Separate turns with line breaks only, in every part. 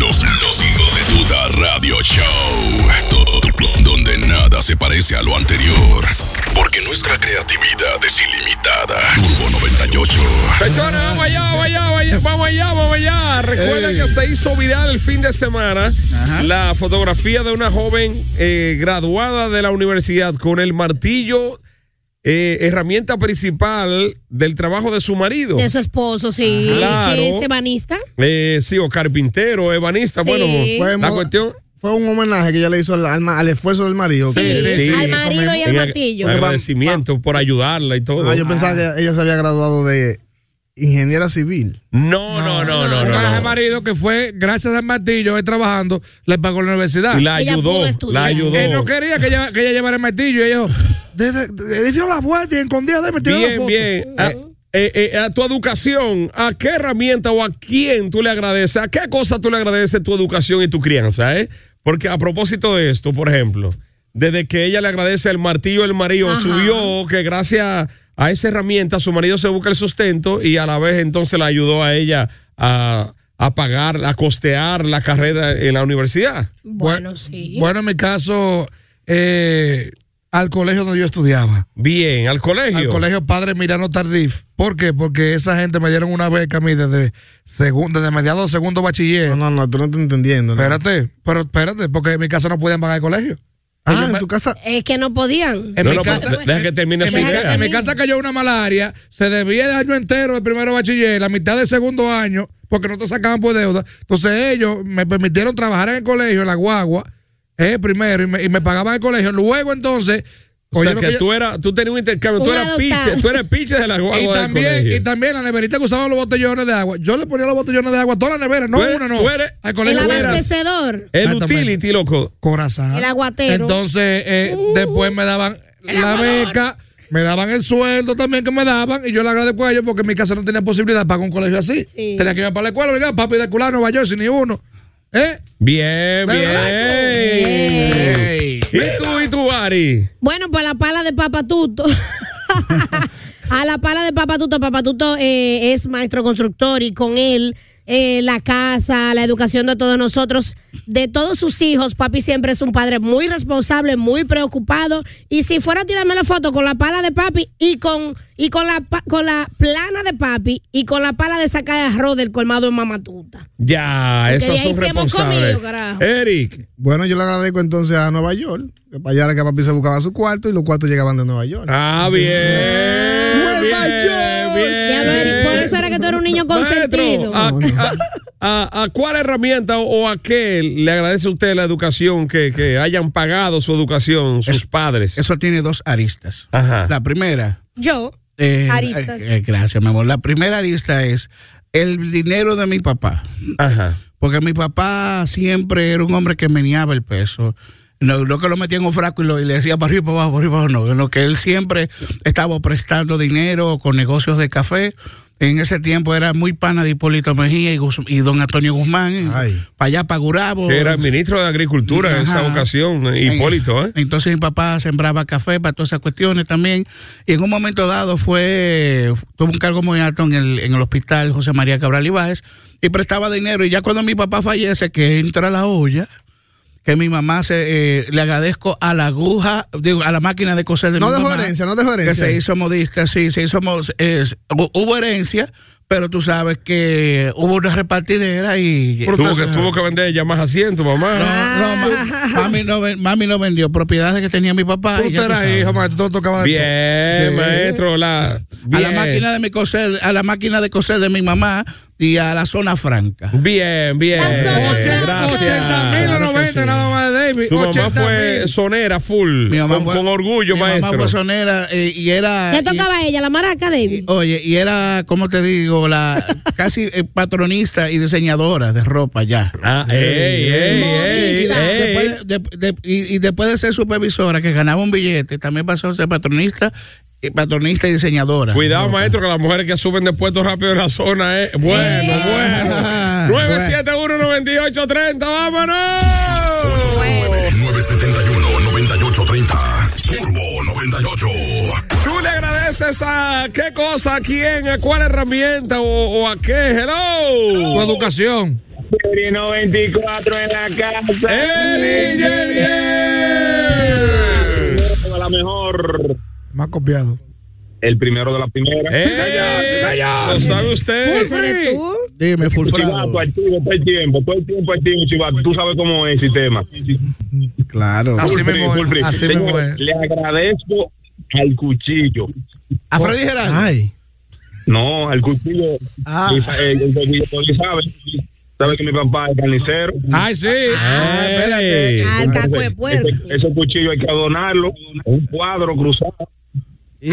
Los, los hijos de tuta radio show. Do- do- donde nada se parece a lo anterior. Porque nuestra creatividad es ilimitada. Turbo 98.
Pechona, vamos allá, vamos allá, vamos allá, vamos allá, vamos allá. Recuerda
Ey.
que se hizo viral el fin de semana la fotografía de una joven eh, graduada de la universidad con el martillo, eh, herramienta principal del trabajo de su marido.
De su esposo, sí.
Ajá.
Que es
Claro.
ebanista.
Eh, sí, o carpintero, ebanista,
Sí.
bueno,
Fue
la
mo-
cuestión.
Fue un homenaje que ella le hizo al, alma- al esfuerzo del marido. que-
sí, sí.
Al
eso
marido y al
en ag-
martillo.
agradecimiento por ayudarla y todo.
Ah, yo pensaba que ella se había graduado de ingeniera civil.
No, no, no, no, no.
Traje
no.
marido que fue, gracias al martillo, él trabajando, le pagó la universidad.
Y la
Ella
ayudó,
pudo
la
estudiar.
ayudó.
Él no quería que ella, que ella llevara el martillo y ella dijo,
Desde, le dio la vuelta y escondida de me tiró la
Bien,
foto.
bien. A, eh, eh, a tu educación, ¿a qué herramienta o a quién tú le agradeces? ¿A qué cosa tú le agradeces tu educación y tu crianza? Eh? Porque a propósito de esto, por ejemplo, desde que ella le agradece el martillo del marido,
Ajá.
subió que gracias a esa herramienta su marido se busca el sustento y a la vez entonces la ayudó a ella a, a pagar, a costear la carrera en la universidad.
Bueno, sí.
bueno, en mi caso, eh, al colegio donde yo estudiaba.
Bien, al colegio.
Al colegio Padre Mirano Tardif. ¿Por qué? Porque esa gente me dieron una beca a mí desde, segun- desde mediados de segundo bachiller.
No, no, no, tú no estás entendiendo. ¿no?
Espérate, pero espérate, porque en mi casa no podían pagar el colegio.
ah,
Ellos
en
me-
tu casa.
Es que no podían.
en
No,
mi
no, pero
casa-
de- deja que termine su
En mi,
Deja que
idea.
ca- en mi casa cayó una malaria, se debía el año entero del primero bachiller, la mitad del segundo año, porque no te sacaban por deuda. Entonces ellos me permitieron trabajar en el colegio, en la guagua, eh, primero, y me, y me pagaban el colegio. Luego entonces...
O sea,
oye, lo
que
que
tú, era, tú tenías un intercambio, tú
Un
eras,
adoptado.
piche, tú eras piche de la
yo-
guagua
y,
del
también,
colegio.
y también la neverita que usaba los botellones de agua. Yo le ponía los botellones de agua a todas las neveras, no
Tú eres-
una, no.
Pues, tú eres-
al
El
colegio tú eras-
abastecedor.
El
Exactamente.
utility, loco.
Corazón.
El aguatero. Uh-huh.
Entonces, eh, después me daban la beca, me daban el sueldo también que me daban, y yo le agradezco a ellos porque en mi casa no tenía posibilidad de pagar un colegio así.
Sí.
Tenía que ir para la escuela, ¿verdad? Papi de culo a Nueva York sin ni uno. ¿Eh?
Bien, bien. ¿Y tú y tú, Ari?
Bueno, pues la pala de Papatuto. a la pala de Papatuto. Papatuto eh, es maestro constructor y con él eh, la casa, la educación de todos nosotros, de todos sus hijos. Papi siempre es un padre muy responsable, muy preocupado. Y si fuera a tirarme la foto con la pala de papi y con, y con, la, pa- con la plana de papi y con la pala de sacar de arroz del colmado de Mamatuta.
Ya,
Porque
esos
de ahí
son
sí hemos
responsables.
comido, carajo.
Eric,
Bueno, yo le agradezco entonces a Nueva York. Que para allá era que papi se buscaba su cuarto y los cuartos llegaban de Nueva York.
ah, bien.
Nueva
bien,
York.
bien.
Diablo, Eric, por eso era que tú eras un niño
Maestro,
consentido.
¿a, a- a- a cuál herramienta o, o a qué le agradece a usted la educación que, que hayan pagado su educación sus padres?
Eso tiene dos aristas.
Ajá.
La primera.
Yo.
eh,
Aristas.
eh, eh, gracias, mi amor. La primera arista es el dinero de mi papá.
Ajá.
Porque mi papá siempre era un hombre que meneaba el peso. No, no que lo metía en un frasco y, lo- y le decía para arriba, para abajo, para arriba, para abajo", no. Lo que él siempre estaba prestando dinero con negocios de café En ese tiempo era muy pana de Hipólito Mejía y, Guz- y don Antonio Guzmán.
Ay.
Para allá, para Gurabo.
Que era ministro de Agricultura en esa
Ajá.
ocasión, Hipólito, ¿eh?
Entonces mi papá sembraba café para todas esas cuestiones también. Y en un momento dado fue, tuvo un cargo muy alto en el, en el hospital José María Cabral Ibáez y prestaba dinero. Y ya cuando mi papá fallece, que entra a la olla, que mi mamá se, eh, le agradezco a la aguja, digo, a la máquina de coser de
No
mi
dejó
mamá,
herencia, no dejó herencia.
Que se hizo modista, sí, se hizo, mo- es- hu- hubo herencia. Pero tú sabes que hubo una repartidera y...
¿eh? Tuvo que,
entonces-
tuvo que vender ya más asiento,
no,
mamá.
no, ma- mami, no, ven- mami no vendió propiedades que tenía mi papá. y
Usted
ya tú
era
sabes.
hijo, maestro, todo tocaba de
Bien,
todo. Sí.
maestro. La,
A
bien.
la máquina de mi coser, a la máquina de coser de mi mamá y a la zona franca.
Bien, bien.
La zona
Gracias.
franca.
80 mil o
Claro que
90
sí.
nada más de David.
Tu mamá
80
fue
mil.
sonera full.
Mi mamá
con,
fue-
con orgullo,
mi
maestro.
mamá fue sonera eh, y era.
Ya
y-
tocaba ella, la maraca, David.
Oye, y era, como te digo, la casi eh, patronista y diseñadora de ropa ya.
Ah, ey, ey, ey,
Modista.
ey.
Después de- de- de- y, y después de ser supervisora, que ganaba un billete, también pasó a ser patronista, eh, patronista y diseñadora.
Cuidado,
No,
maestro, que las mujeres que suben de puesto rápido en la zona, ¿eh? Bueno,
Ah,
bueno. 971-9830, vámonos.
971-9830. Turbo 98.
Tú le agradeces a qué cosa, a quién, a cuál herramienta o, o a qué.
Tu
Hello.
educación.
Sobrino 24 en la casa.
Eli Yelier.
A la mejor.
Más copiado.
El primero de la primera.
¡Ey! ¿Lo sabe
Pues
usted?
tú?
Dime, Fulfrado.
Chivato, activo pues, todo el tiempo, todo el tiempo activo, Chivato. Tú sabes cómo es el sistema.
Claro.
Así
Full free,
mismo
full free.
es, así
Señores,
mismo es.
Le agradezco al cuchillo.
A Freddy Gerard.
Ah,
Ay.
No, al cuchillo.
Ah.
Mi pa- El, el, el- el- sabe, sabe que mi papá es carnicero.
Ay, sí.
Ah, espérate.
Ey.
Al caco de puerco.
Ese, ese cuchillo hay que adornarlo, un cuadro cruzado.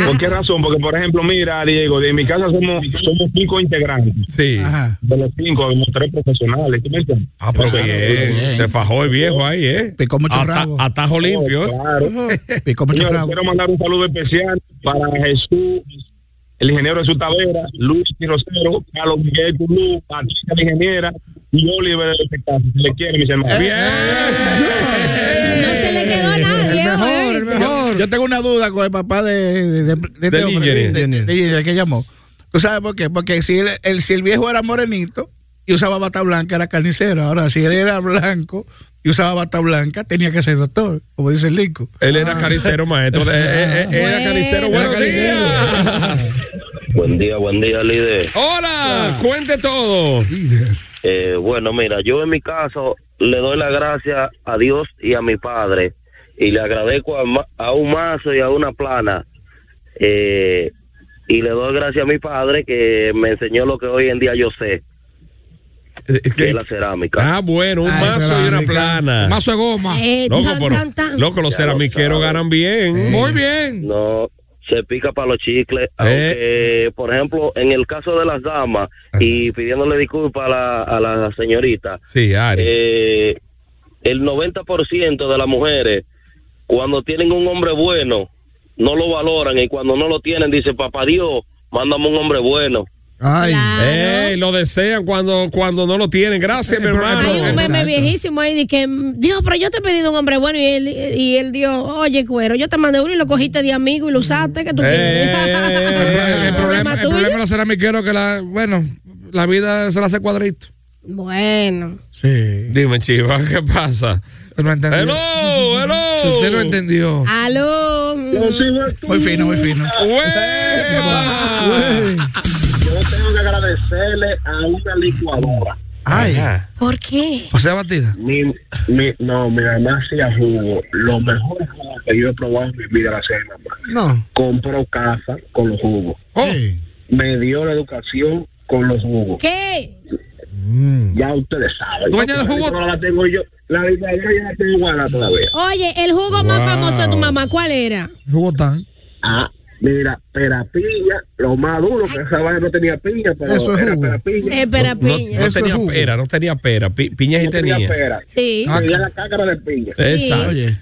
¿Por qué razón? Porque, por ejemplo, mira, Diego, de mi casa somos, somos cinco integrantes.
Sí.
Ajá.
De los cinco, de los tres profesionales. ¿Tú me entiendes?
Ah, pero bien.
bien.
Se fajó el viejo ahí, ¿eh?
Picó mucho
Ata-
rabo.
Atajo limpio. ¿eh?
Oh, Claro.
Picó mucho
Señores,
rabo.
quiero mandar un saludo especial para Jesús, el ingeniero Jesús Tavera, Luis y Rosero, Carlos Miguel Tulú, Patricia la ingeniera y Oliver el espectáculo. Se le quiere, mis hermanos.
No se le quedó a nadie.
Mejor,
¿eh?
el mejor.
Yo tengo una duda con el papá de, de, de, de
Del
este hombre,
Ingenier.
de- de- de Ingenier, que llamó. ¿Tú sabes por qué? Porque si el, el- si el viejo era morenito y usaba bata blanca, era carnicero. Ahora, si él era blanco y usaba bata blanca, tenía que ser doctor, como dice el Lico.
Él era caricero, maestro. Eh, eh, eh, era
Bueno.
caricero.
Era
Buenos días.
Buen día, buen día, líder.
Hola, cuente todo.
Eh, bueno, mira, yo en mi caso le doy la gracia a Dios y a mi padre y le agradezco a, ma- a un mazo y a una plana. Eh, y le doy gracias a mi padre que me enseñó lo que hoy en día yo sé,
Eh,
que
¿qué?
es la cerámica.
Ah, bueno, un
Ah,
mazo y una
cerámica.
plana.
Mazo de goma.
Eh,
Loco,
tan,
pero-
tan, tan.
loco, los
Ya lo
ceramiqueros
sabe.
ganan bien.
Muy bien.
No, se pica para los chicles.
Eh.
Aunque, por ejemplo, en el caso de las damas, y pidiéndole disculpas a la, a la señorita,
Sí, Ari.
eh, el 90% de las mujeres, cuando tienen un hombre bueno, no lo valoran y cuando no lo tienen, dice papá Dios, mándame un hombre bueno.
Ay.
Ey, Eh, lo desean cuando, cuando no lo tienen. Gracias, mi hermano. Eh,
Hay un meme viejísimo ahí de que mm, dijo, pero yo te he pedido un hombre bueno y él, y él dijo, oye, cuero, yo te mandé uno y lo cogiste de amigo y lo usaste, que tú
Eh,
El,
eh, eh,
quieres.
eh,
problema- el problema, el problema de los ceramiqueros que la, bueno, la vida se la hace cuadrito.
Bueno.
Sí.
Dime, chiva, ¿qué pasa?
Usted no entendió.
Hello, hello.
Si usted no entendió.
Aló.
Pues,
Muy fino, muy fino.
¡Hueva!
Ah.
Yo tengo que agradecerle a una licuadora.
Ay.
¿Por qué?
O sea, batida.
Mi, mi- no, mi mamá hacía jugo. Lo mejor jugo que yo he probado en mi vida la hacía mi mamá.
No.
Compró casa con los jugos.
Oh,
Sí.
Me dio la educación con los jugos.
¿Qué?
Ya ustedes saben.
Dueña de
La
jugo.
licuadora La tengo yo. La licuadora ya la tengo guardada todavía.
Oye, el jugo más famoso de tu mamá, ¿cuál era?
jugó tan.
Ah, mira, perapiña, lo más duro, que esa vaina no tenía piña, pero
Eso es
era
jugo.
perapiña.
Espera,
No,
piña.
no
Eso es
tenía
jugo.
pera, no tenía pera. Pi- piña y
no
tenía.
pera.
sí.
Tenía la cáscara de piña.
Exacto.
Oye.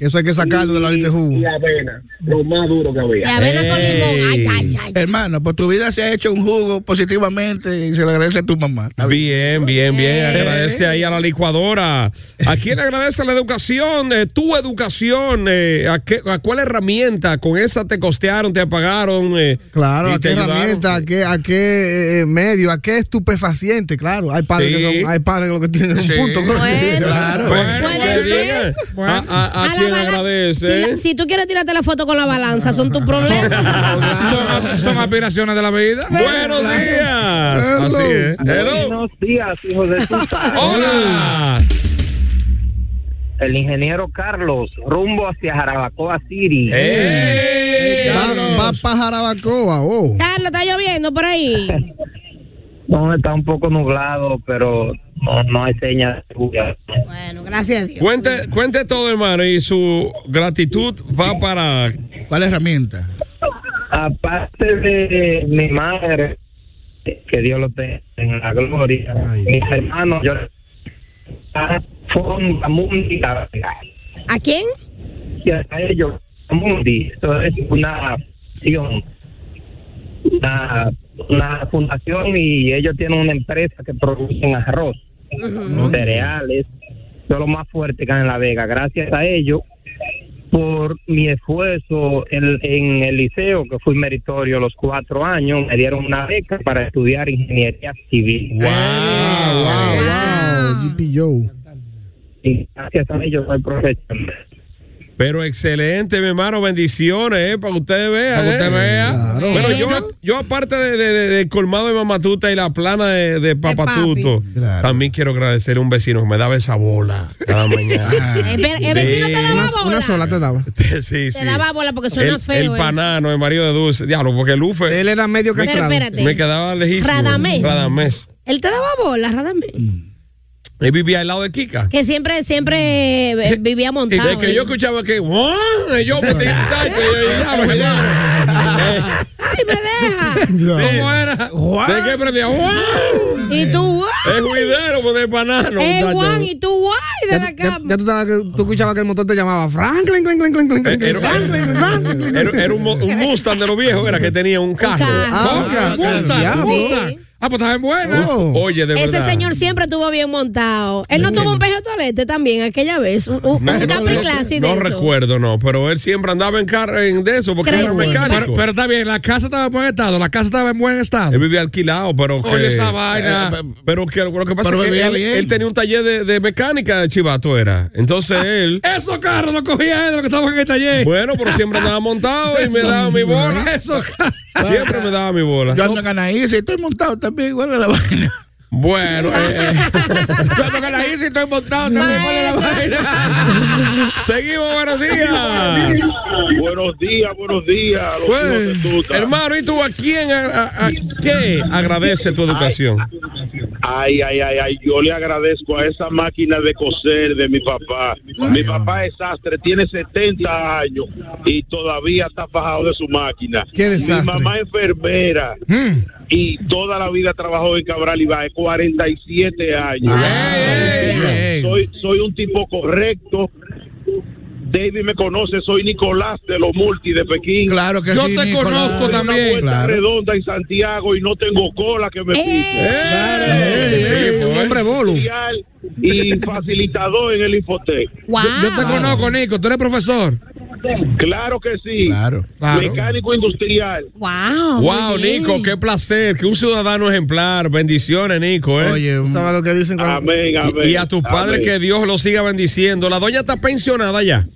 Eso hay que sacarlo de la lista de jugo.
Y avena, lo más duro que había.
Hermano, pues tu vida se ha hecho un jugo positivamente y se lo agradece a tu mamá.
Bien, bien, bien. Agradece ahí a la licuadora. ¿A quién le agradece la educación? Eh, tu educación. eh, ¿a, qué- a cuál herramienta? ¿Con esa te costearon, te pagaron? eh,
Claro,
y
a qué
te ayudaron?
herramienta, a qué, a qué eh, medio, a qué estupefaciente, claro. Hay padres
Sí.
que son, hay padres que lo que tienen
Sí.
un punto.
Bueno.
Claro.
Bueno,
Puede
bien, eh. A, a- a
A la
quien
bala- Si,
agradece. ¿eh?
la- si tú quieres tirarte la foto con la balanza, son tus problemas.
Son, son aspiraciones de la vida.
Buenos días. Así es. Hello.
Buenos días, hijos de puta.
Hola.
El ingeniero Carlos, rumbo hacia Jarabacoa City.
Eh.
Va, va para Jarabacoa, oh.
Carlos, está lloviendo por ahí.
No, está un poco nublado, pero no, no hay señas de lluvia.
Bueno, gracias a Dios.
Cuente, cuente todo, hermano, y su gratitud va para...
¿Cuál herramienta?
Aparte de mi madre, que Dios lo tenga en la gloria, mis hermanos, yo. Son Mundi,
¿A quién?
y a ellos, Mundi. Esto es una acción, una, una fundación y ellos tienen una empresa que producen arroz. cereales, son lo más fuerte que hay en La Vega. Gracias a ello, por mi esfuerzo en, en el liceo, que fui meritorio los cuatro años, me dieron una beca para estudiar ingeniería civil.
Wow,
wow, wow. GP Joe.
Y gracias a ello soy profesional.
Pero excelente, mi hermano, bendiciones, eh, para que ustedes vean. Para usted vea. Bueno, yo, yo aparte de, de- de- del colmado de mamatuta y la plana de, de papatuto, también quiero agradecer a un vecino que me daba esa bola cada mañana.
Eh,
Este,
El, ve- el vecino te daba
Una,
bola.
una sola te daba.
sí, sí.
Te daba bola porque suena
El,
feo.
el
eso.
panano, el marido de Dulce. Diablo, porque Lufe
Él era medio
Pero
castrado.
espérate.
me quedaba lejísimo.
Radamés.
Radamés.
Él te daba bola, Radamés.
Él vivía al lado de Kika.
Que siempre, siempre eh, vivía montado.
Es que yo
¿eh?
escuchaba que. "Guau", y Yo, pues, exacto, y yo, "Ya, pues, ya".
¡Ay, me deja!
¿Cómo era? ¿De qué prendía? "Guau".
y tú, guay.
Es juidero, pues, de banano.
Eh,
muchacho.
Juan, y tú, guay, de
Ya,
la
tú- ya-
cama.
ya tú, estabas que- tú escuchabas que el motor te llamaba Franklin, clink, clink, clink, clink, clink,
Eh, Era-
Franklin, Franklin, clink,
Era, era un, mo- un Mustang de los viejos, era que tenía un carro.
carro.
Ah,
Ah,
ok,
Mustang,
ok, ya,
Mustang.
Sí.
Ah, pues está bien buena.
Oh.
Oye, de
Ese
verdad.
señor siempre estuvo bien montado. Él no tuvo un pejotolete también aquella vez. Un, un,
No,
un
no,
capri
no,
clase
no
de eso.
recuerdo, no, pero él siempre andaba en carro en de eso porque era
Crecido.
mecánico.
Pero, pero está bien, la casa estaba en buen estado, la casa estaba en buen
él
estado.
vivía alquilado, pero que,
Oye, esa vaina.
eh, pero que lo que pasa
Pero
es que
vivía
él,
bien.
él tenía un taller de, de mecánica, chivato era. Entonces
Ah,
él,
Esos carros los cogía él, los que estaban en el taller.
bueno, pero siempre andaba montado y me
Eso-
daba mi bola.
Esos carros.
Siempre me daba mi bola.
Yo ando en Anaís y estoy montado también. ¿Cuál es la vaina?
Bueno, eh,
Yo ando en Anaís y estoy montado también. ¿Cuál es la vaina?
seguimos, buenos días.
Buenos días, buenos días, los hijos de tuta.
Pues, Hermano, ¿y tú a quién, a, a- a qué agradece tu educación?
Ay, ay, ay, ay, yo le agradezco a esa máquina de coser de mi papá. Mi papá es sastre, tiene 70 años y todavía está fajado de su máquina.
Qué
Mi
desastre.
mamá es enfermera y toda la vida trabajó en Cabral Ibaez, 47 años.
Eh,
Ey, ey, ey.
Soy, soy un tipo correcto. David me conoce, soy Nicolás de los Multi de Pekín.
Claro que
Yo
sí.
te conozco
Soy una
también.
puerta
Claro.
redonda en Santiago y no tengo cola que me
¡Eh!
pique
Claro, eh, eh, un hombre bolo.
social y facilitador en el Infotec.
Wow.
Yo te conozco, Nico, tú eres profesor.
Claro que sí.
Claro.
Mecánico industrial.
Wow.
Wow,
muy bien.
Nico, qué placer, que un ciudadano ejemplar. Bendiciones, Nico. ¿eh?
Oye,
¿Tú ¿Sabes lo que dicen? cuando-
Amén, amén.
y, y a tus padres que
Amén.
Dios los siga bendiciendo. La doña está pensionada ya.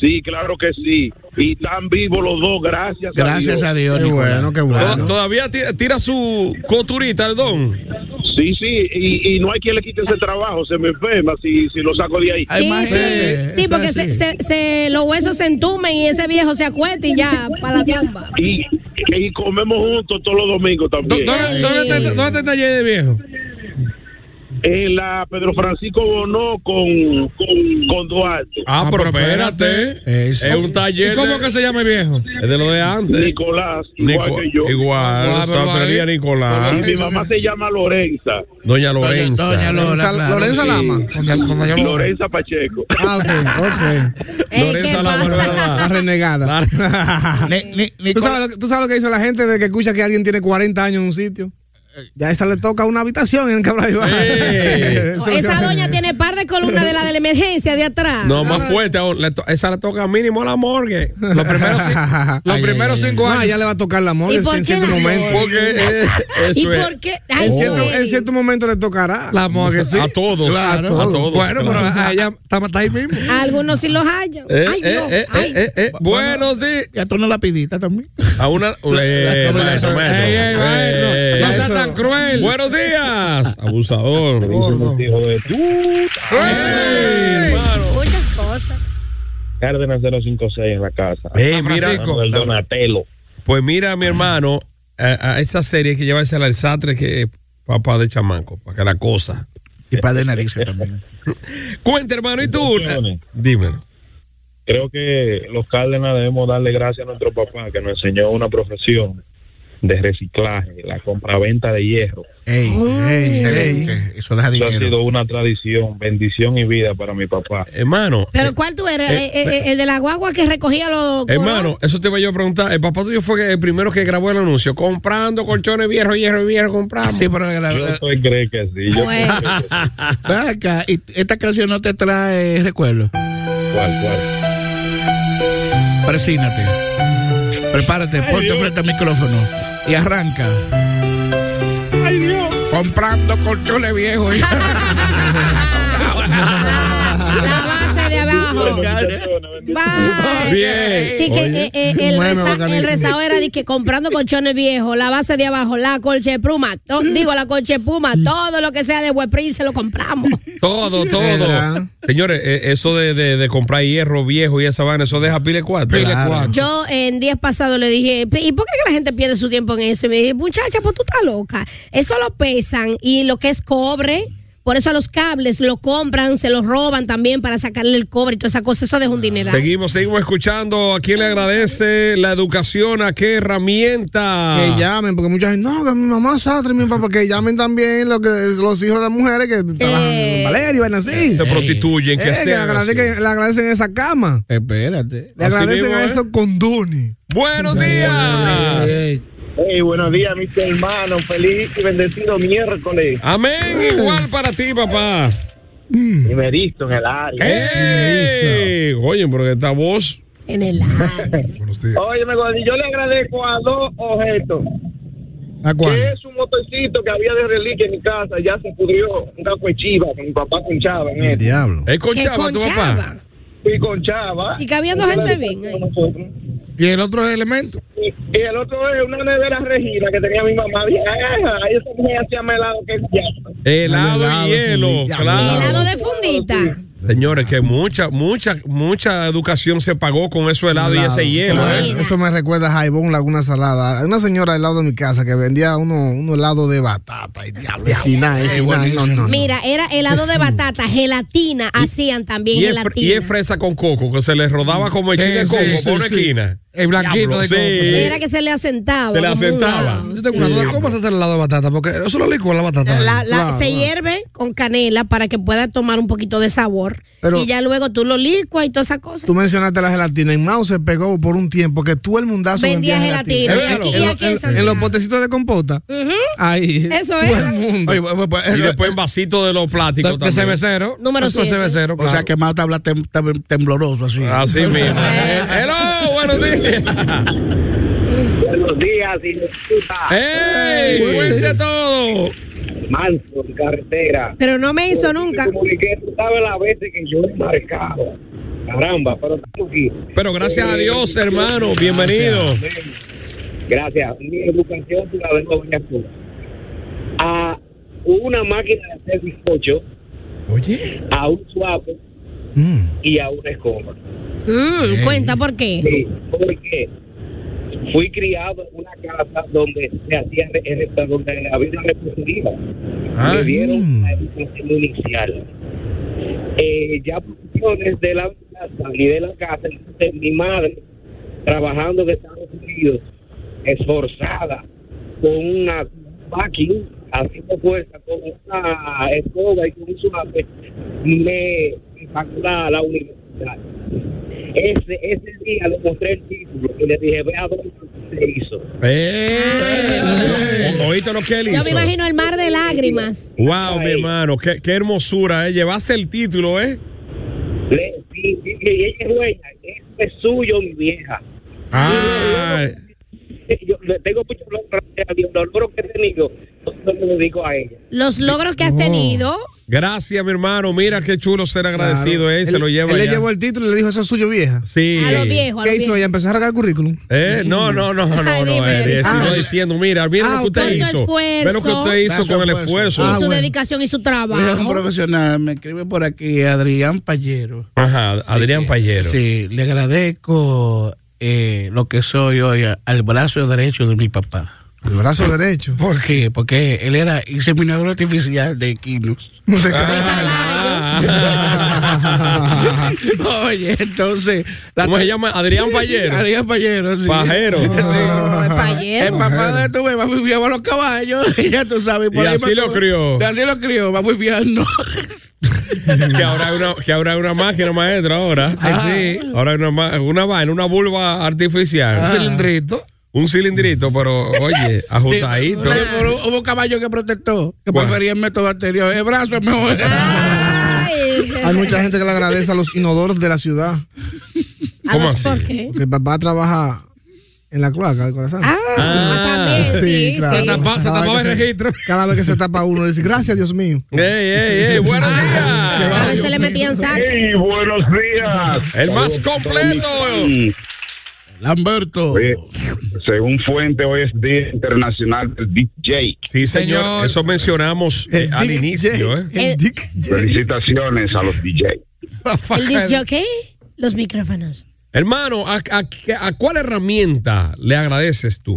Sí, claro que sí. Y están vivos los dos, gracias.
gracias a Dios.
Qué
Nicolás.
bueno, qué
Tod-
bueno.
Todavía ti- tira su coturita el don.
Sí, sí. Y, y no hay quien le quite ese trabajo. Se me enferma si, si lo saco de ahí.
Ay,
Sí,
más,
sí,
eh,
sí,
eso
porque
es
se,
así.
se- se- los huesos se entumen y ese viejo se acuesta y ya, para la tumba.
Y, y comemos juntos todos los domingos
¿Dó-
también.
¿Dónde dónde está dónde está el taller de viejo?
en la Pedro Francisco Bono con, con, con Duarte.
Ah, pero espérate.
Eso.
Es un taller.
¿Y cómo que
se llama viejo? Es de lo de antes.
Nicolás, igual
Nico-
que yo.
Igual,
Ah, pero
santería
ahí-
Nicolás.
Y mi mamá se llama Lorenza.
Doña Lorenza.
Doña Lola, claro. Sí.
Doña- doña Lola.
Lorenza Pacheco.
Ah, ok, ok.
Ey, Lorenza ¿qué la pasa? renegada.
La renegada. ¿Tú,
Nicola-
sabes, lo que- tú sabes lo que dice la gente de que escucha que alguien tiene 40 años en un sitio?
Eh,
Ya esa le toca una habitación en el caballo.
No, Esa doña tiene par de columnas de la de la emergencia de atrás.
No, más fuerte. aún. Le to- esa le toca mínimo a la morgue. Los primeros, cin- los primeros cinco años.
No, ya le va a tocar la
¿Y
morgue
por
en
qué
cierto
la-
momento.
Porque eh, eso
¿Y
es.
por qué? Ay,
En
sí.
cierto, en cierto momento le tocará.
La morgue, sí.
A todos.
Claro.
A todos.
Bueno, pero
claro.
a ella está, está ahí mismo.
A Algunos sí los hallan.
Eh,
Ay,
eh,
Dios.
eh,
ay.
eh, eh, Buenos días.
Ya tú no la pidita también.
A una. Eh, maestro, maestro.
Ey, ey, maestro,
Eh,
no sea
maestro.
tan cruel.
Buenos días. Abusador.
Hijo de puta.
Ey, hermano.
Muchas cosas.
Cárdenas 056 en la casa.
Ey,
San
mira.
Francisco. El Donatello.
Pues mira, mi hermano, a, a esa serie hay que llevarse al sastre que es papá de chamanco, para que la cosa.
Y para de narices también.
Cuenta, hermano, ¿y tú?
Bendiciones.
Dímelo.
Creo que los Cárdenas debemos darle gracias a nuestro papá que nos enseñó una profesión de reciclaje, la compraventa de hierro.
Ey, ey, excelente. Eso deja
Eso ha
dinero.
sido una tradición, bendición y vida para mi papá.
Hermano,
Pero ¿cuál tú eres?
Eh,
Eh, eh, eh, el de la guagua que recogía los.
hermano, eso te voy yo a preguntar. El papá tuyo fue el primero que grabó el anuncio, comprando colchones viejos, hierro, viejo, compramos.
Sí, pero la,
Yo
la-
soy cree que sí. Yo soy
Bueno.
cree que sí.
ven acá, y esta canción no te trae recuerdos.
¿Cuál, cuál?
Persínate. Prepárate, ponte frente al micrófono y arranca. Comprando colchones viejos.
Ah, la base de abajo. Vaya.
Bien.
Sí, que, eh, eh, el,
Bueno,
reza-
organismo.
el rezado era de que comprando colchones viejos, la base de abajo, la colche de pluma, to- digo, la colche de puma, todo lo que sea de Weprin se lo compramos.
Todo, todo.
¿Verdad?
Señores, eh, eso de, de- de comprar hierro viejo y esa vaina, eso deja pile cuatro.
Pile
Claro.
cuatro.
Yo en días pasados le dije, "¿Y por qué que la gente pierde su tiempo en eso? Y me dije, muchacha, pues tú estás loca. Eso lo pesan y lo que es cobre. Por eso a los cables lo compran, se los roban también para sacarle el cobre y toda esa cosa. Eso deja un dineral.
Seguimos, seguimos escuchando. ¿A quién le agradece la educación? ¿A qué
Ah.
herramienta?
Que llamen, porque mucha gente, no, que mi mamá es sastre, mi papá, que llamen también lo que, los hijos de las mujeres que trabajan
Eh.
en Valeria y van así.
Se prostituyen,
Eh, que
que
le,
sean así.
agradecen, le agradecen esa cama.
Espérate.
Le
Así
agradecen
mismo,
a
¿eh?
esos condones.
Buenos días.
Ey,
Hey, buenos días, mis hermanos. Feliz y bendecido miércoles.
Amén. Igual para ti, papá.
Y me visto en el área.
¡Ey! Oye, pero que esta voz. Oh,
En el aire.
buenos días.
Oye, yo le agradezco a dos objetos.
¿A
Que
cuál?
es un motorcito que había de reliquia en mi casa, ya se pudrió. Un cajo de chiva, que mi papá conchaba en él.
diablo.
Es con
Que
Chava, tu
conchaba.
papá.
Y conchaba.
Y que habiendo gente bien, ahí.
Y el otro elemento.
Y, y el otro es una nevera regida que tenía mi mamá. Dije, "Ah, ahí esa mujer hacía melado que es diablo".
Helado
Helado,
y hielo.
sí, ya,
Claro.
Helado de fundita.
Señores, que mucha, mucha, mucha educación se pagó con eso helado y ese hielo.
Eso,
¿eh?
me- eso me recuerda a Jaibón Laguna Salada. Hay una señora al lado de mi casa que vendía uno, uno helado de batata. Y diablo, es final, es final. No, no, no.
Mira, era helado de batata, gelatina, hacían también
Y es, fre- y
gelatina.
es fresa con coco, que se les rodaba como el
Sí,
chile de
sí,
coco
sí,
por una
sí.
esquina.
El blanquito de
Diablo,
coco, sí.
Era que se le asentaba.
Se le
como un
asentaba.
lado.
Yo tengo una duda. ¿Cómo vas a hacer el helado de batata? Porque eso lo licúa la batata.
La- la-
Claro,
se
claro.
hierve con canela para que pueda tomar un poquito de sabor.
Pero-
y ya luego tú lo licuas y toda esa cosa.
Tú mencionaste la gelatina. En Mao se pegó por un tiempo que tú el mundazo
Vendía
vendía
gelatina.
gelatina.
Y aquí- y aquí en
en,
Santiago.
en los potecitos de compota. Ahí.
Eso
Todo
era.
el mundo.
Oye, pues, pues,
Y después en vasito de los
De,
plásticos
de
también.
CB0.
Número
Eso es
siete.
CB0,
pues, O sea que Mao habla tem- tem- tembloroso así.
Así mismo.
Eh.
Eh, Hello, buenos días.
Buenos días, y
¿Eh?
¡Ey! ¡Cuente todo!
Manso, en carretera.
Pero no me hizo nunca.
Te comuniqué, tú sabes las veces que yo he marcado. Caramba, pero estamos aquí.
Pero gracias a Dios, hermano. Bienvenido.
Gracias. Mi educación se la vengo a varias cosas. A una máquina de hacer bizcocho,
Oye.
a un suave
Mm.
y a una escoba.
Mm, Cuenta por qué.
Sí, porque
fui criado en una casa donde se hacía re- re- donde había una repostería.
Ah.
Me dieron la educación inicial. Eh, ya por cuestiones de la casa, salí de la casa, entonces mi madre trabajando en Estados Unidos, esforzada, con una packing, haciendo fuerza, con una escoba y con un suave, me me sacó la, la universidad. Ese, ese día le mostré el título y le dije, vea dónde se hizo.
Eh, o- ¿Oíste lo que él hizo?
Yo me imagino el mar de lágrimas.
Wow, mi hermano, qué, qué hermosura, ¿eh? Llevaste el título, ¿eh?
Y, y- y ella es dueña, eso es suyo, mi vieja.
Ah,
Yo le tengo mucho logro, gracias a Dios, los logros que he tenido, yo me dedico a ella.
Los logros que has tenido.
gracias, mi hermano. Mira qué chulo ser agradecido, ¿eh? Se
Él-
lo lleva
Él le
ya.
llevó el título y le dijo eso es suyo vieja.
Sí.
A los viejos, a
¿Qué
los
hizo
viejos.
ella? Empezó a arreglar el currículum.
Eh, no, no, no, no,
Ay,
no,
dime,
Eri,
Eri.
sino
Ah.
diciendo, mira, mira lo que usted
Tanto
hizo.
esfuerzo.
Ve lo que usted hizo
Tanto
con el
esfuerzo.
esfuerzo.
Y su dedicación y su
Es un
trabajo.
profesional, me escribe por aquí Adrián Pallero.
Ajá, Adrián Pallero.
Eh, Sí, le agradezco eh, lo que soy hoy a- al brazo derecho de mi papá.
El brazo derecho.
¿Por qué? Porque él era inseminador artificial de equinos. Oye, entonces.
¿Cómo se llama? Adrián Pallero.
Adrián Pallero, sí.
Pajero.
Sí.
Payero.
El papá de tu beba fue fiado a los caballos, y ya tú sabes.
Y así
me
lo
tuve-
crió.
y así lo crió, va muy fiando.
que ahora hay una, que ahora hay una máquina maestra ahora. Eh, Ahora hay una, ma- una vaina, una vulva artificial.
Un cilindrito.
Un cilindrito, pero oye, ajustadito.
Sí, pero hubo- hubo un caballo que protestó, que
¿Cuál?
prefería el método anterior. El brazo es mejor.
Ah,
Hay mucha gente que le agradece a los inodoros de la ciudad.
¿Cómo así?
¿Por qué?
Porque el papá trabaja en la cloaca del corazón.
Ah, también, Ah, sí, sí.
claro.
Se
tapa- se
Cada
tapaba
vez que
el
se-
registro.
Cada vez que se tapa uno, dice, gracias Dios mío.
¡Ey, ey, ey! ¡Buenos
Ah, A
días!
veces le metían saco.
Sí, buenos días.
El más
Saludos a
completo.
todos mis fans.
Lamberto.
Oye, según fuente, hoy es Día Internacional del DJ.
Sí, señor. Eso mencionamos eh, al
Dick
inicio, ¿eh?
J. El
El-
Dick J.
Felicitaciones a los DJ.
El disjockey, los micrófonos.
Hermano, ¿a, a, a cuál herramienta le agradeces tú?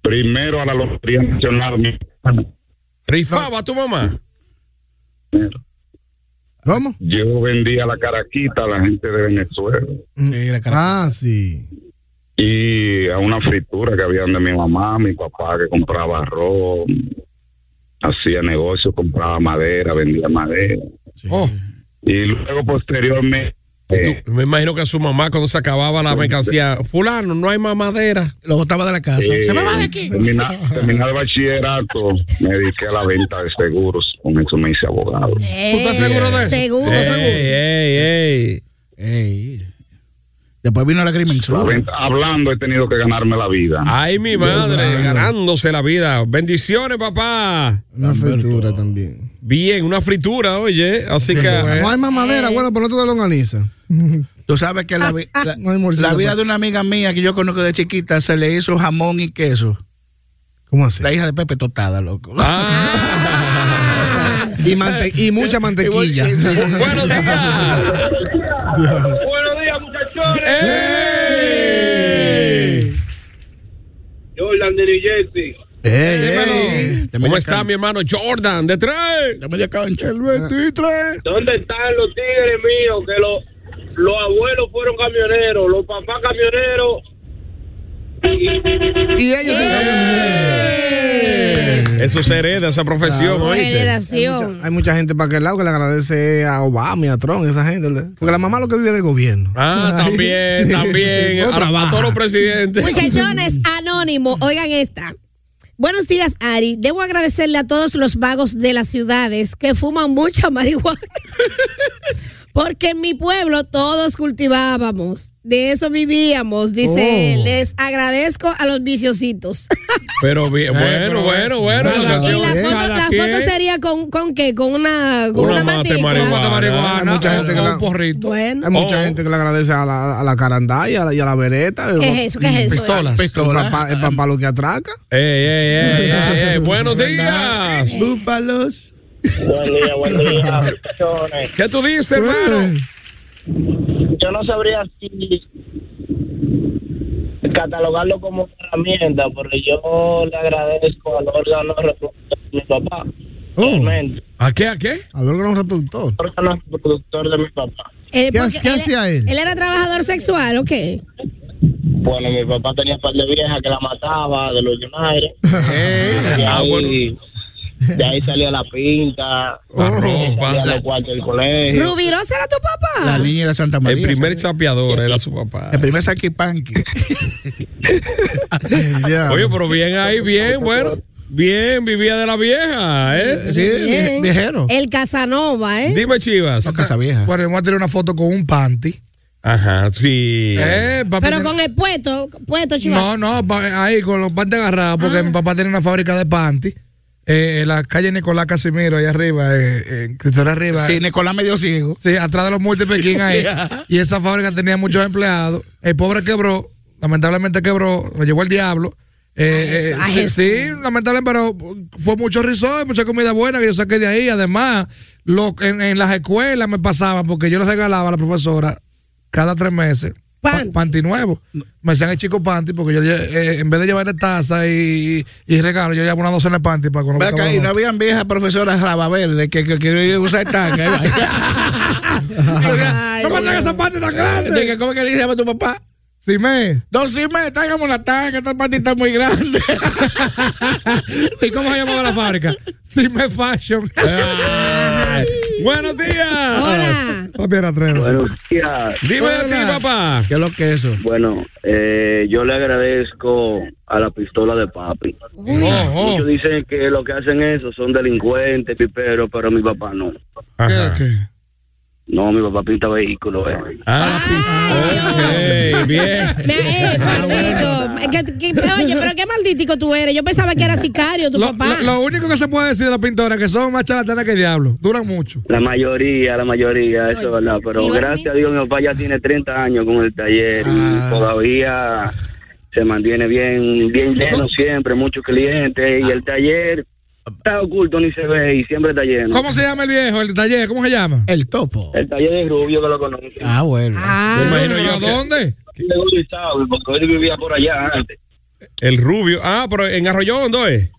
Primero a la Lotería Nacional. mi-
¿Rifaba tu mamá?
¿Cómo?
Yo vendía la caraquita a la gente de Venezuela
Ah, sí.
y a una fritura que habían de mi mamá, mi papá que compraba arroz, hacía negocios, compraba madera, vendía madera.
Oh,
Y luego posteriormente... eh,
tú- me imagino que su mamá cuando se acababa la mercancía, fulano, no hay mamadera.
Lo botaba de la casa.
eh,
Se me va de aquí.
termina- terminar el bachillerato, me dediqué a la venta de seguros, con eso me hice abogado.
estás seguro de eso? eh.
Eh, Seguro.
Ey, ey, ey.
Ey. Después vino la crimen
La venta- hablando he tenido que ganarme la vida.
Ay, mi madre, ganándose la vida. Bendiciones, papá.
Una fritura también.
Bien, una fritura, oye. Así
No
que.
hay más madera,
Eh.
bueno, pero no te lo organiza.
Tú sabes que la, vi- la-
No hay morcilla,
la vida
papá.
de una amiga mía que yo conozco de chiquita se le hizo jamón y queso.
¿Cómo así?
La hija de Pepe Totada, loco.
Ah.
Y, mante- y mucha mantequilla.
Buenos días.
Buenos días, muchachones.
Ey.
Jordan de New Jersey.
Ey, ey.
Dímelo. De
¿Cómo
media
está
can-
mi hermano Jordan? ¿De tres?
De media cancha, el 23.
¿Dónde están los tigres míos? Que los, los abuelos fueron camioneros, los papás camioneros.
Y ellos se
Eso se hereda, esa profesión, ¿oíste?
Eh, Generación.
Hay mucha gente para aquel lado que le agradece a Obama y a Trump, esa gente. ¿verdad? Porque la mamá es lo que vive del gobierno.
Ah, también, también.
No
A- A,
trabaja.
todos los presidentes.
Muchachones, anónimo, oigan esta. Buenos días, Ari. Debo agradecerle a todos los vagos de las ciudades que fuman mucha marihuana. Porque en mi pueblo todos cultivábamos, de eso vivíamos, dice
Oh.
él. Les agradezco a los viciositos.
Pero bien, bueno, bueno, bueno.
Cada-
lo que-
y la
bien.
foto, la
quien.
foto sería con, con qué, con una, con
Una
una,
mate
matica.
marihuana.
marihuana,
Hay mucha gente
o-
que
o
la-
un porrito.
Bueno,
Hay mucha
Oh.
gente que le agradece a la, a la carandá y a la, y a la vereta.
¿qué es eso? ¿Qué es eso?
Pistolas.
El papá, el papá lo que atraca.
Ey, ey, ey, ey, ey, Buenos días.
Búfalos.
Buen día, buen día, muchachones.
¿Qué tú dices, hermano?
Yo no sabría si
catalogarlo como una herramienta, porque yo le agradezco al órgano reproductor de mi papá. Realmente,
¿A qué? ¿A qué?
Al órgano reproductor.
el órgano reproductor de mi papá.
Él-
¿Qué
Eh, porque
ha- qué hacía él?
Él era trabajador sexual, ¿ok?
Bueno, mi papá tenía un par de viejas que la mataba de los United. de,
Ah,
Ah,
ahí, de ahí salía la pinta, la ropa, salía los cuartos del colegio.
¿Rubirosa era tu papá?
La niña de Santa María.
El primer chapeador era su
Eh,
papá.
El primer saquipanqui.
Oye, pero bien ahí, bien, bueno. Bien, vivía de la vieja, ¿eh?
Bien. El Casanova, ¿eh?
Dime, Chivas.
Casa vieja.
Bueno, vamos a tener una foto con un panty.
Ajá, sí.
Eh, papi,
Pero
ten-
con el puesto, puesto,
No,
chival.
no, pa- ahí con los panty agarrados, porque mi papá tenía una fábrica de panty. eh, en la calle Nicolás Casimiro, allá arriba, eh, en Cristóbal arriba.
Sí, Nicolás medio ciego.
Sí, atrás de los múltiples king ahí. y esa fábrica tenía muchos empleados. El pobre quebró, lamentablemente quebró, lo llevó el diablo. Eh,
Ay,
eh,
ay,
sí, sí, lamentablemente, pero fue mucho risor, mucha comida buena que yo saqué de ahí. Además, lo, en, en las escuelas me pasaba, porque yo les regalaba a la profesora cada tres meses. pa-
Panty.
panty nuevo. Me decían el chico panty porque yo eh, en vez de llevarle taza y, y regalo, yo llevaba una docena de panty para cuando
Ve acá,
buscaba
y
los
no habían viejas profesoras rabaverde que, que, que usar tanga. ¿eh?
no me traigas esa panty tan
De
grande.
que, ¿Cómo que le llama tu papá?
Sí, me.
Dos y me, tráigame una tanga, esta panty está muy grande.
¿Y cómo se llamaba la fábrica? Sime Fashion.
Ay. Buenos días.
Hola.
Papi era tres.
Buenos días.
Dime de ti, papá.
¿Qué es lo que es eso?
Bueno, eh, yo le agradezco a la pistola de papi.
Oh, oh.
Muchos dicen que lo que hacen eso son delincuentes, piperos, pero mi papá no.
Ajá.
¿Qué, qué?
No, mi papá pinta vehículos. eh.
Ah,
Eh.
la pistola. Ok, bien.
Mira, eh, maldito. Que- que- oye, pero qué malditico tú eres. Yo pensaba que era sicario tu
Lo,
papá.
lo- lo único que se puede decir de la pintora es que son más charlatanas que diablo. Duran mucho.
La mayoría, la mayoría, eso es verdad. Pero
igualmente.
gracias a Dios, mi papá ya tiene 30 años con el taller y todavía se mantiene bien, bien lleno siempre, muchos clientes. Y el taller está oculto, ni se ve y siempre está lleno.
¿Cómo se llama el viejo, el taller? ¿Cómo se llama?
El topo.
El taller de Rubio, que lo conoce.
Ah, bueno.
Me
Ah,
imagino yo. ¿A dónde?
De Godoy Sauer, porque él vivía por allá antes.
El rubio. Ah, pero en Arroyón, ¿dónde
¿eh?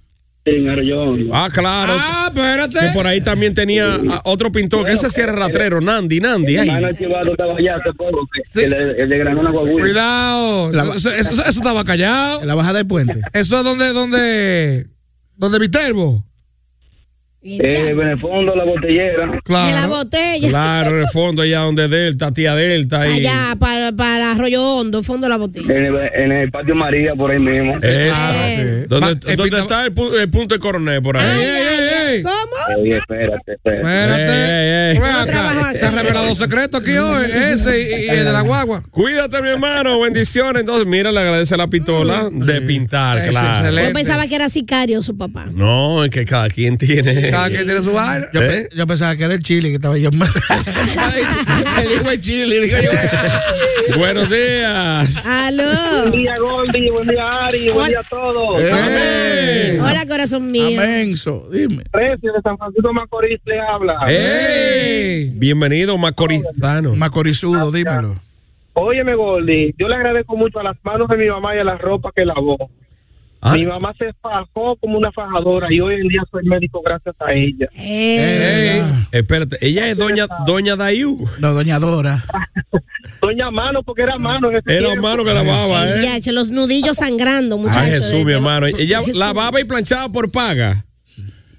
es?
En Arroyón.
Ah, claro.
Ah,
Que
espérate. eh,
por ahí también tenía ah, otro pintor, que ese sí era ratrero, Nandi, Nandi.
Mi
ahí.
hermano Chivato estaba allá hace poco, que- el, el de Granona Coahuila.
Cuidado.
La-
Eso, eso- eso estaba callado.
En la bajada del puente.
Eso es donde, donde, donde Viterbo.
Eh, Benefondo, la botellera.
de la
Claro.
botella.
Claro, en el fondo allá donde Delta, tía Delta. Y...
Allá, para, para Arroyo Hondo, fondo de la
Eh.
botella.
En el, en el patio María, por ahí mismo.
Esa.
Ma-
¿Dónde,
eh,
dónde
pinta-
está el, pu- el punto de coronel por
Ey,
Ah.
ahí?
ey, ey, ey.
¿Cómo?
Oye, espérate, espérate.
Ey,
Espérate.
ey, ey.
Ven
Yo
no
acá.
trabajo así.
Se ha revelado secreto aquí hoy. Ese y, y el de la guagua.
Cuídate, mi hermano. Bendiciones. Entonces, mira, le agradece la pistola de pintar,
Ah, Es
claro.
excelente.
Yo pensaba que era sicario su papá.
No, es que cada quien tiene.
Cada quien tiene su vaina.
Yo, pe- yo pensaba que era el chile que estaba yo. Ay, el hijo de chile. digo yo.
Buenos días.
Aló.
Buen día, Goldie. Buen día, Ari. Buen día a todos.
Eh.
Amén.
Hola, corazón mío.
Amenso, dime.
Precio de San Francisco Macorís le habla.
Eh. Ey. Bienvenido, Macorizano.
Macorizudo, dímelo.
Óyeme, Goldie, yo le agradezco mucho a las manos de mi mamá y a la ropa que lavó.
Ah.
Mi mamá se fajó como una fajadora y hoy en día soy médico gracias a ella.
Eh.
Ey. Espérate, ella es doña, doña Dayu.
No, doña Dora.
Doña Mano, porque era mano en ese
Era
tiempo.
hermano que la baba, ¿eh?
Ya, che, los nudillos sangrando, muchachos.
Ay, Jesús,
Desde-
mi hermano. Ella
Jesús.
lavaba y planchaba por paga.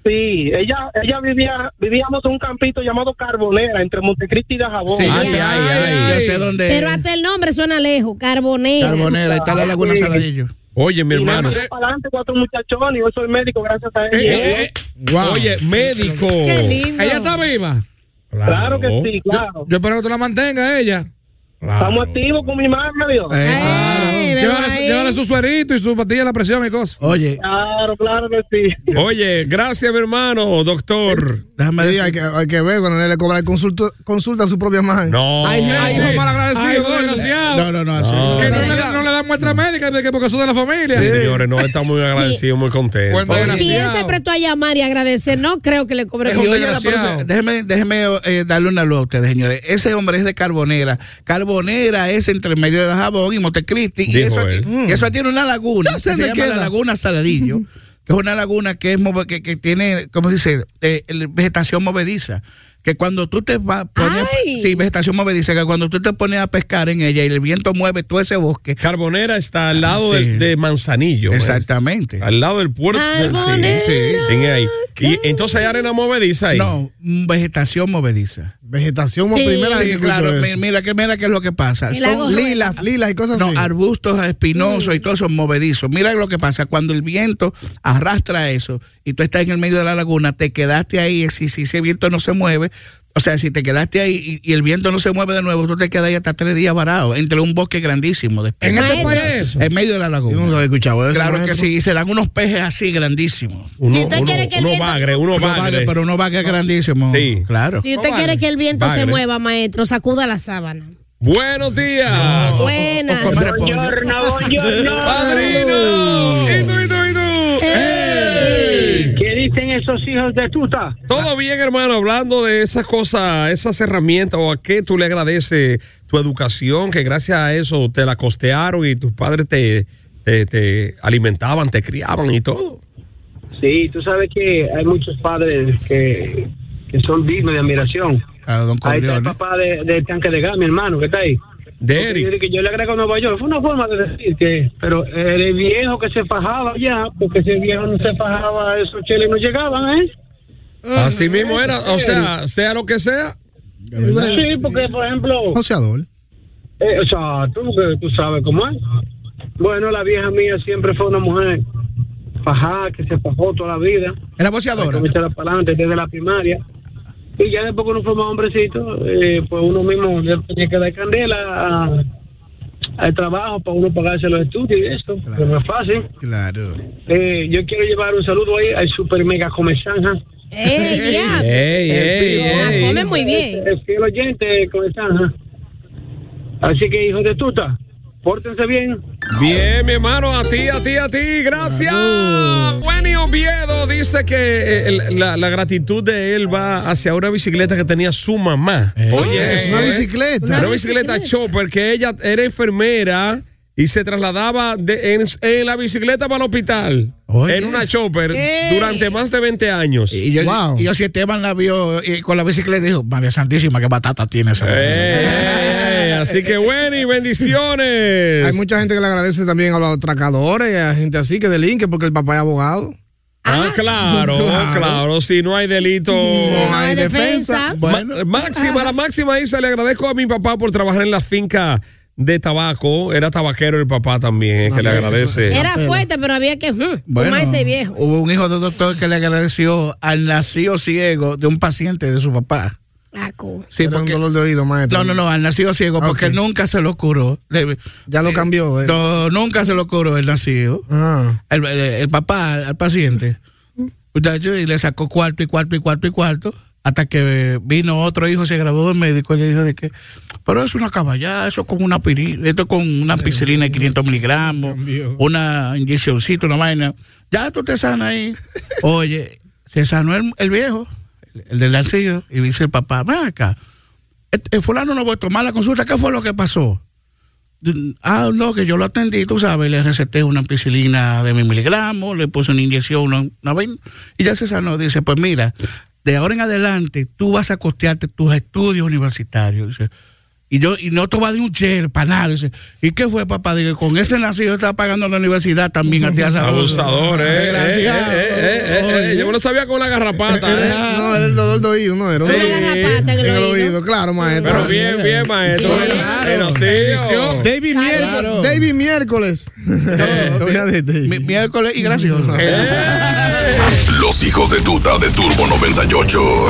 Sí, ella, ella vivía, vivíamos en un campito llamado Carbonera, entre Montecristi y Dajabón.
Sí,
Ay,
yo sé-
ay,
Yo
ay.
sé dónde.
Pero hasta el nombre suena lejos, Carbonera.
Carbonera, ahí está la Laguna Saladillo.
Oye, mi
Y me
hermano.
mandó para adelante cuatro muchachones y hoy soy médico gracias a ella.
Eh, eh, Oye, médico.
Qué lindo.
Ella está viva.
Claro que
Oh.
sí, claro.
Yo espero que tú la mantengas, ella.
claro.
Estamos activos con mi madre, Dios.
Eh,
Eh,
ah.
Ey, velo
Llévale, su-
ahí.
llévale su suerito y su pastilla de la presión y cosas.
Oye,
Claro, claro que sí.
Oye, gracias, mi hermano, doctor.
déjame
Sí, hay,
decir.
que, hay que ver cuando él le cobra el consulto, consulta a su propia madre.
No.
Ay, ay,
Ay,
sí.
hijo malagradecido,
Ay, no,
desgraciado.
No, no, no, así.
No.
Que no le, da- no le dan muestra médica de que porque son de la familia.
Sí, Señores, no, estamos muy agradecidos, muy contentos.
Buen día.
Si él se prestó a llamar y agradecer, no creo que le cobre
Y
con
oiga la
desgraciado.
persona- déjeme déjeme eh, darle una luz a ustedes, señores. Ese hombre es de Carbonera. Carbonera jabonera es entre medio de jabón y Montecristi. Y
Dijo
eso,
él.
ti- y eso tiene una laguna.
Ya
que se
sé dónde
llama
queda.
la laguna Saladillo. Que es una laguna que, es, move- que, que tiene, ¿cómo se dice? Eh, el- vegetación movediza. Que cuando tú te vas, pones, sí, vegetación movediza, que cuando tú te pones a pescar en ella y el viento mueve todo ese bosque.
Carbonera está al lado
Ah, sí.
del- de, Manzanillo.
Exactamente.
Al lado del puerto. del- sí, sí, en ahí. Y entonces hay arena movediza ahí.
No, mm, vegetación movediza.
Vegetación
Sí,
por primera vez que escucho
claro, mi-
eso.
mira que mira qué es lo que pasa.
El lago
Son
Rueda.
lilas,
lilas y cosas
no,
así.
arbustos espinosos y
Mm.
todo eso movedizo. Mira lo que pasa cuando el viento arrastra eso y tú estás en el medio de la laguna, te quedaste ahí, eh, si, si ese viento no se mueve, o sea, si te quedaste ahí y, y el viento no se mueve de nuevo, tú te quedas ahí hasta tres días varado entre un bosque grandísimo. de-
¿En este país eso?
En medio de la laguna.
Yo nunca había escuchado eso,
Claro que
maestro.
sí, y se dan unos pejes así grandísimos.
Uno- usted uno- quiere que el uno viento- bagre, uno bagre.
Pero uno bagre grandísimo. Sí. Claro.
Si usted quiere que el viento se
Bagre.
mueva, maestro, sacuda la sábana.
Buenos días.
Buenas.
Buongiorno,
buongiorno.
Padrino. ¿Y tú, y tú, y tú? ¡Ey!
¿Qué dicen esos hijos de tuta?
Todo bien, hermano, hablando de esas cosas, esas herramientas o a qué tú le agradeces tu educación, que gracias a eso te la costearon y tus padres te, te, te alimentaban, te criaban y todo.
Sí, tú sabes que hay muchos padres que, que son dignos de admiración. Ahí está el papá de- del tanque de gas, mi hermano, que está ahí.
De Eric.
Yo, que yo le agrego a Nueva York. Fue una forma de decir que, pero el viejo que se fajaba ya, porque ese viejo no se fajaba, esos cheles no llegaban, ¿eh?
Así mismo era, o sea, sea lo que sea.
Sí, porque por ejemplo.
Joseador.
Eh, o sea, tú, que tú sabes cómo es. Bueno, la vieja mía siempre fue una mujer fajada, que se fajó toda la vida.
Era boceadora.
para adelante desde la primaria. Y ya después que uno fue más hombrecito, eh, pues uno mismo le tenía que dar candela a- al trabajo para uno pagarse los estudios y eso, que no es fácil.
Claro.
Eh, yo quiero llevar un saludo ahí al super mega comezanja.
¡Ey, ya!
Ey, ey,
La
ey.
come muy bien.
El fiel oyente comezanja. Así que, hijo de tuta, pórtense bien.
Bien, mi hermano, a ti, a ti, a ti, gracias. Wenny Oviedo dice que eh, el- la, la gratitud de él va hacia una bicicleta que tenía su mamá. Oye,
Es
eso,
una
¿eh?
bicicleta.
Una bicicleta chopper que ella era enfermera y se trasladaba de- en, en la bicicleta para el hospital. En una chopper
Ey.
durante más de 20 años.
Y yo, y yo si Esteban la vio eh, con la bicicleta, dijo, María Santísima, qué batata tiene esa.
Eh,
Ey, Eh, así que Wenny, bendiciones.
Hay mucha gente que le agradece también a los atracadores y a gente así que delinque porque el papá es abogado.
Ah, claro, claro,
Claro.
Si no hay delito,
No hay
Ah.
defensa.
Ma- máxima, la máxima dice, le agradezco a mi papá por trabajar en la finca de tabaco. Era tabaquero el papá también, eh, que le agradece.
Era fuerte, pero había que mm,
Bueno,
fumar ese viejo.
hubo un hijo de doctor que le agradeció al nacido ciego de un paciente de su papá. Sí,
Era un
porque-
dolor de oído, maestro.
No, no, no, al nacido ciego,
Ah,
porque
ok.
nunca se lo curó. Le-
Ya lo cambió. eh.
no, nunca se lo curó el nacido.
Ah.
El, el- eh, el papá al, al paciente. Muchacho, y le sacó cuarto y cuarto y cuarto y cuarto. Hasta que vino otro hijo, se grabó el médico y le dijo de que, pero es una caballada, eso con una pirina, esto con una ampicilina de 500 miligramos, una inyeccióncito, una vaina. Ya tú te sanas ahí. Oye, se sanó el, el viejo, el, el del lancillo, y dice el papá, ven acá, el, el "Eh, fulano no va a tomar la consulta, ¿qué fue lo que pasó? Ah, no, que yo lo atendí, tú sabes, le receté una ampicilina de mil miligramos, le puse una inyección, una, una vaina, y ya se sanó. Dice, pues mira, de ahora en adelante tú vas a costearte tus estudios universitarios. Dice, y yo, y no te va de un chel para nada. Dice, ¿y qué fue, papá? Dije, con ese nacido estaba pagando la universidad también a ti
Abusador, eh. eh, eh,
Desgraciado.
eh, eh, eh, eh, Yo me lo sabía con la
Ah,
garrapata. eh.
Era- no, era el dolor de oído, no era.
Sí.
Una garrapata en el oído, claro, maestro.
Pero bien, bien, maestro.
Sí.
Bueno,
Claro.
bueno, sí. oh.
David miércoles. David miércoles.
Mi- miércoles y gracioso.
Los hijos de tuta de Turbo 98.